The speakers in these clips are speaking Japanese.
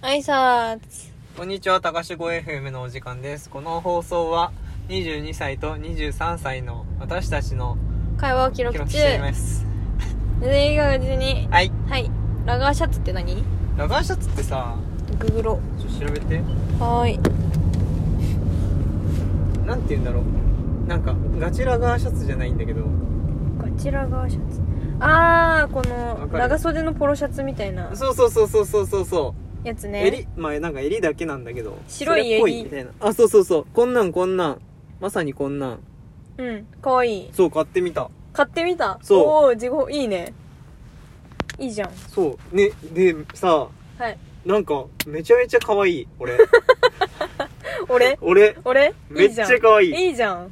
はいさこんにちは、高志語 FM のお時間です。この放送は22歳と23歳の私たちの会話を記録中記しています。全員が無事にはい。はいラガーシャツって何ラガーシャツってさ、ググロちょっと調べて。はーいなんて言うんだろう。なんか、ガチラガーシャツじゃないんだけど。こちらガーシャツあーこわのかる長袖のポロシャツみたいなそうそうそうそうそうそうそやつう。ね襟、まあなんか襟だけなんだけど。白い襟それっぽみたいな。あ、そうそうそう。こんなんこんなん。まさにこんなん。うんかわいいそう、買ってみた。買ってみたそうおお地獄いいねいいじゃんそう。ね、で、さ、はいなんか、めちゃめちゃ可愛い。 俺。俺俺、俺い めいっちじゃゃん可愛い。いいじゃん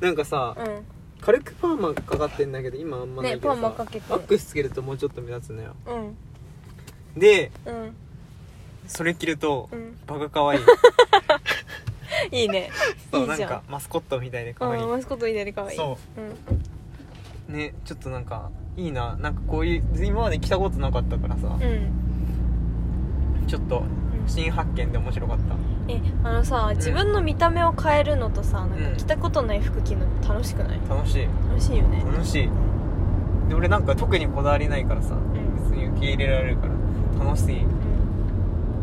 なんかさ、う軽くパーマかかってんだけど今あんまないけどさ、ねパーマかけてワックスつけるともうちょっと目立つのよんうんでうんそれ着ると、うんバカ可愛いいいね そういいなんじゃかマスコットみたいで可ん愛いうんマスコットいいねかわいい、そううん、うねちょっとなんかいいななんかこういう今まで着たことなかったからさう、んちょっとうん新発見で面白かったえあのさ自分の見た目を変えるのとさなんか着たことない服着るの楽しくない楽しい楽しいよね楽しいで俺なんか特にこだわりないからさ、ん別に受け入れられるから楽しい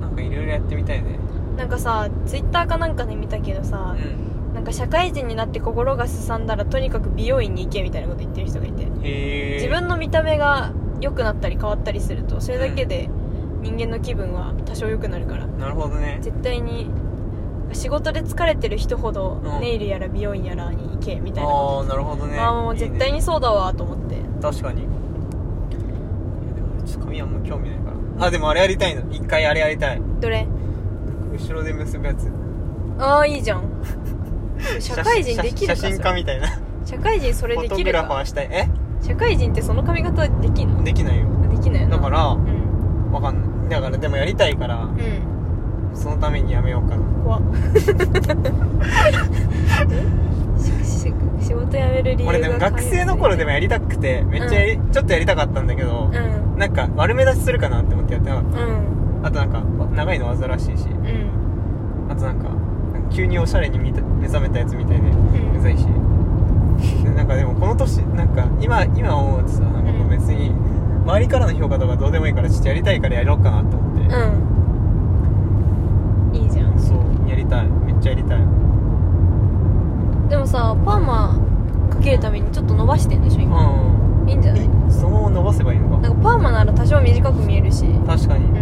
なんかいろいろやってみたいねうんなんかさツイッターかなんかで見たけどうさ、んなんか社会人になって心がすさんだらとにかく美容院に行けみたいなこと言ってる人がいてへえ自分の見た目が良くなったり変わったりするとそれだけで人間の気分は多少良くなるからなるほどね絶対に仕事で疲れてる人ほどうんネイルやら美容院やらに行けみたいなあこあなるほどと、ねああもう絶対いいねにそうだわと思って確かにいやでも俺ちょっと髪あんま興味ないからあでもあれやりたいの一回あれやりたいどれ後ろで結ぶやつああいいじゃん社会人できるか 写真写真そ家れみたいな社会人それフでォトきグるラフかァーしたいえ社会人ってその髪型できんのでできないよきないよなだからうわんかんないだからでもやりたいからうんそのためにやめようかな怖っしし仕事辞める理由が俺でも学生の頃でもやりたくてめっちゃやり、ちょっとやりたかったんだけどう、んなんか悪目立ちするかなって思ってやってなかっうんたあとなんかわ長いの煩わしいしうんあとなんかなんか急におしゃれに見た目覚めたやつみたいでうんうざいしなんかでもこの年なんか今今思うとさなんかこううん別に周りからの評価とかどうでもいいからちょっとやりたいからやろうかなと思って、うんいいじゃんそうやりたいめっちゃやりたいうんでもさパーマかけるためにちょっと伸ばしてんでしょ今いいんじゃないえそのまま伸ばせばいいのかなんかパーマなら多少短く見えるし確かうにん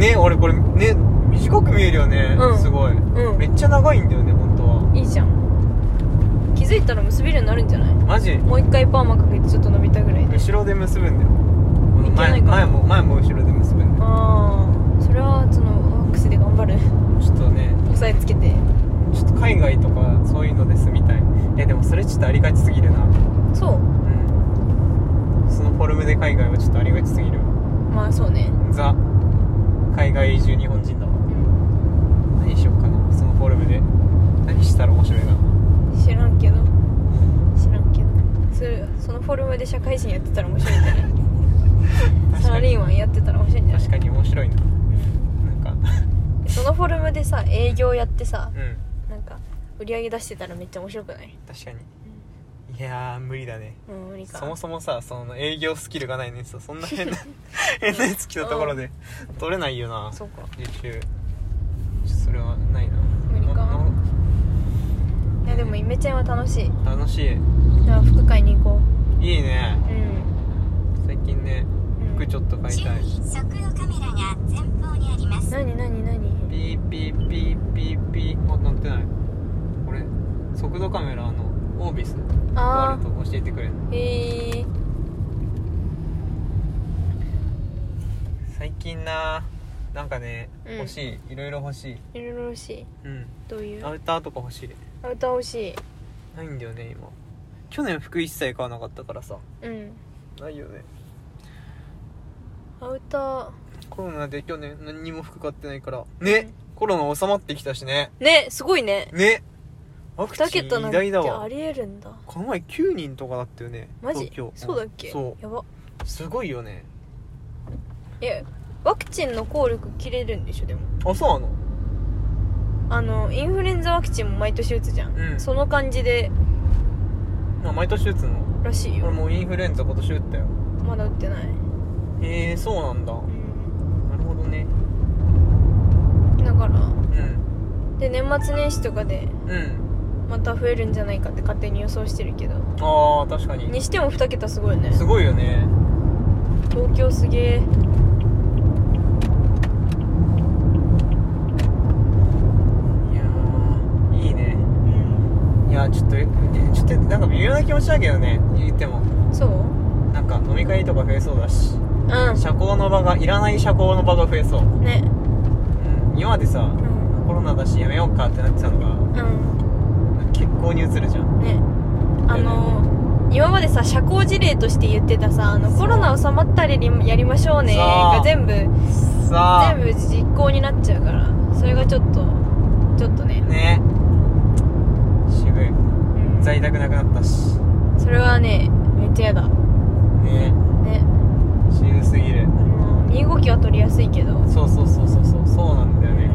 ね俺これね短く見えるよね、うんすごいうんめっちゃ長いんだよね本当はいいじゃん気づいたら結べるようになるんじゃないマジもう一回パーマかけてちょっと伸びたぐらいで後ろで結ぶんだよいけない前かな前も前も後ろで結ぶんだよああそれはそのワックスで頑張るちょっとね押さえつけてちょっと海外とかそういうので住みたいいやでもそれちょっとありがちすぎるなそううんそのフォルムで海外はちょっとありがちすぎるわまあそうね、ザ海外移住日本人だわうん、何しよっかなそのフォルムで何したら面白いな知らんけど知らんけどそれそのフォルムで社会人やってたら面白いんじゃ ないサラリーマンやってたら面白いんじゃない確かに面白いななんかうんそのフォルムでさ営業やってさうんなんか売り上げ出してたらめっちゃ面白くない確かにいやー無理だねうん無理かそもそもさその営業スキルがないのにさそんな変 な変なやつ来たところで取れないよなそうか受注ちょそれはないな無理かのいやでもイメチェンは楽しいの楽しいじゃあ服買いに行こいいねううん、最近ねう服ん、ちょっと買いたい周囲側のカメラが前方にあります何何何ピーピーピーピーピーあ、なってないこれ速度カメラのオービスがああると教えてくれるあへえ最近ななんかね、うん欲しいいろいろ欲しいいろいろ欲しいうんどういうアウターとか欲しいアウター欲しいないんだよね今去年服一切買わなかったからさうんないよねアウターコロナで去年何にも服買ってないからね、コロナ収まってきたしねねすごいねねワク2チン桁な偉んて大だあわりえるんだこの前9人とかだったよねマジ東京そうだっけそやばうすごいよねえワクチンの効力切れるんでしょでもあそうなのあのインフルエンザワクチンも毎年打つじゃん、うんその感じでまあ毎年打つのらしい俺よもうインフルエンザ今年打ったよまだ打ってない、へえー、そうなんだうなるほどねん、だからうんで年末年始とかでうんまた増えるんじゃないかって勝手に予想してるけどあー確かににしても2桁すごいねすごいよね東京すげえいやーいいねうんいやーちょっとえちょっとなんか微妙な気持ちだけどね言ってもそうなんか飲み会とか増えそうだしう社交の場がいらない社交の場が増えそう、んねうん、今までさうんコロナだしやめようかってなってたのがうん結構に移るじゃんねあの今までさ社交辞令として言ってたさあのそうコロナ収まったらやりましょうねそうが全部さあ全部実行になっちゃうからそれがちょっとちょっとね、ね渋いうん、在宅なくなったしそれはねめっちゃやだねね渋すぎるうん身動きは取りやすいけどそうそうそうそうそうそうなんだよね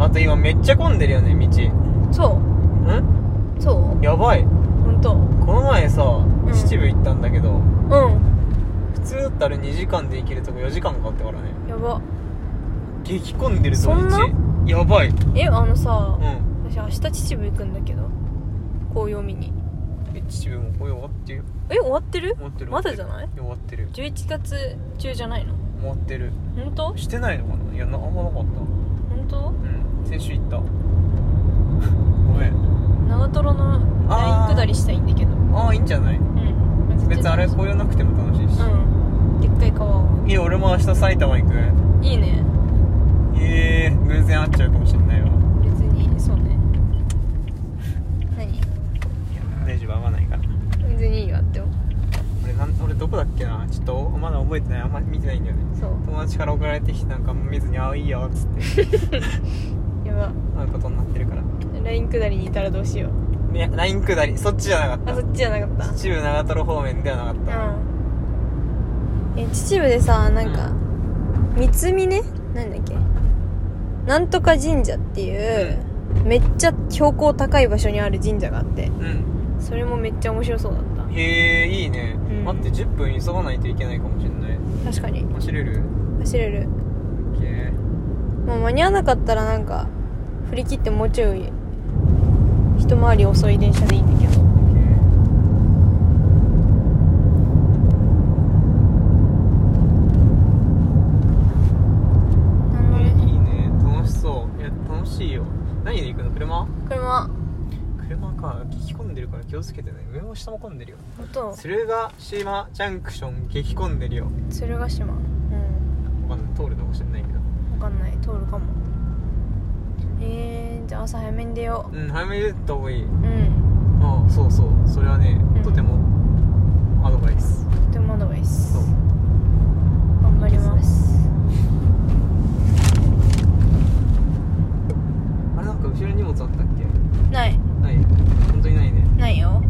あと今めっちゃ混んでるよねそ道んうそうやばい本当この前さん秩父行ったんだけど、うん普通だったら2時間で行けるとこ4時間かかったからねやば激混んでる土そんな日やばいうんえあのさ、私明日秩父行くんだけど紅葉見にえ秩父もこれ終わってるえ終わってる終わってるまだじゃない終わってる11月中じゃないの終わってる本当してないのかないやなあんまなかっ本当たうん先週行った ごめん長瀞のあラーイン下りしたいんだけどああいいんじゃないうんまず別にあれ紅葉なくても楽しいし、うんでっかい川をいや俺も明日埼玉行くいいねええー、偶然会っちゃうかもしれないわ別にそうね何大丈夫合わないから別にいいわって思う俺なん俺どこだっけなちょっとまだ覚えてないあんま見てないんだよねそう友達から送られてきてなんか見ずに「ああいいよ」っつって やば会うことになってるからライン下りにいたらどうしよういや LINE 下りそっちじゃなかあっそっちじゃなかたっ秩父長瀞方面ではなかったた、うんえ秩父でさなんか、三峰なんだっけなんとか神社っていう、めっちゃ標高高い場所にある神社があってうんそれもめっちゃ面白そうだっへえいいね、うん待って10分急がないといけないかもしれないた確かに走れる走れる OK もう間に合わなかったらなんか振り切ってもうちょい一回り遅い電車でいいんだけど OK なんえのねいいね楽しそういや楽しいよ何で行くの車車車か激混んでるから気をつけてね上も下も混んでるよ音鶴ヶ島ジャンクション激混んでるよ鶴ヶ島うんわかんない通るかもしれないけど分かんない通るかもえー、じゃあ朝早めに出ようん早めに出た方がいいううんああそうそうそれはね、うんとてもアドバイスとてもアドバイスそう頑張りますあれなんか後ろに荷物あったっけないない本当にないねないよ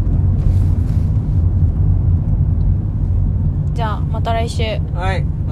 じゃあまた来週はい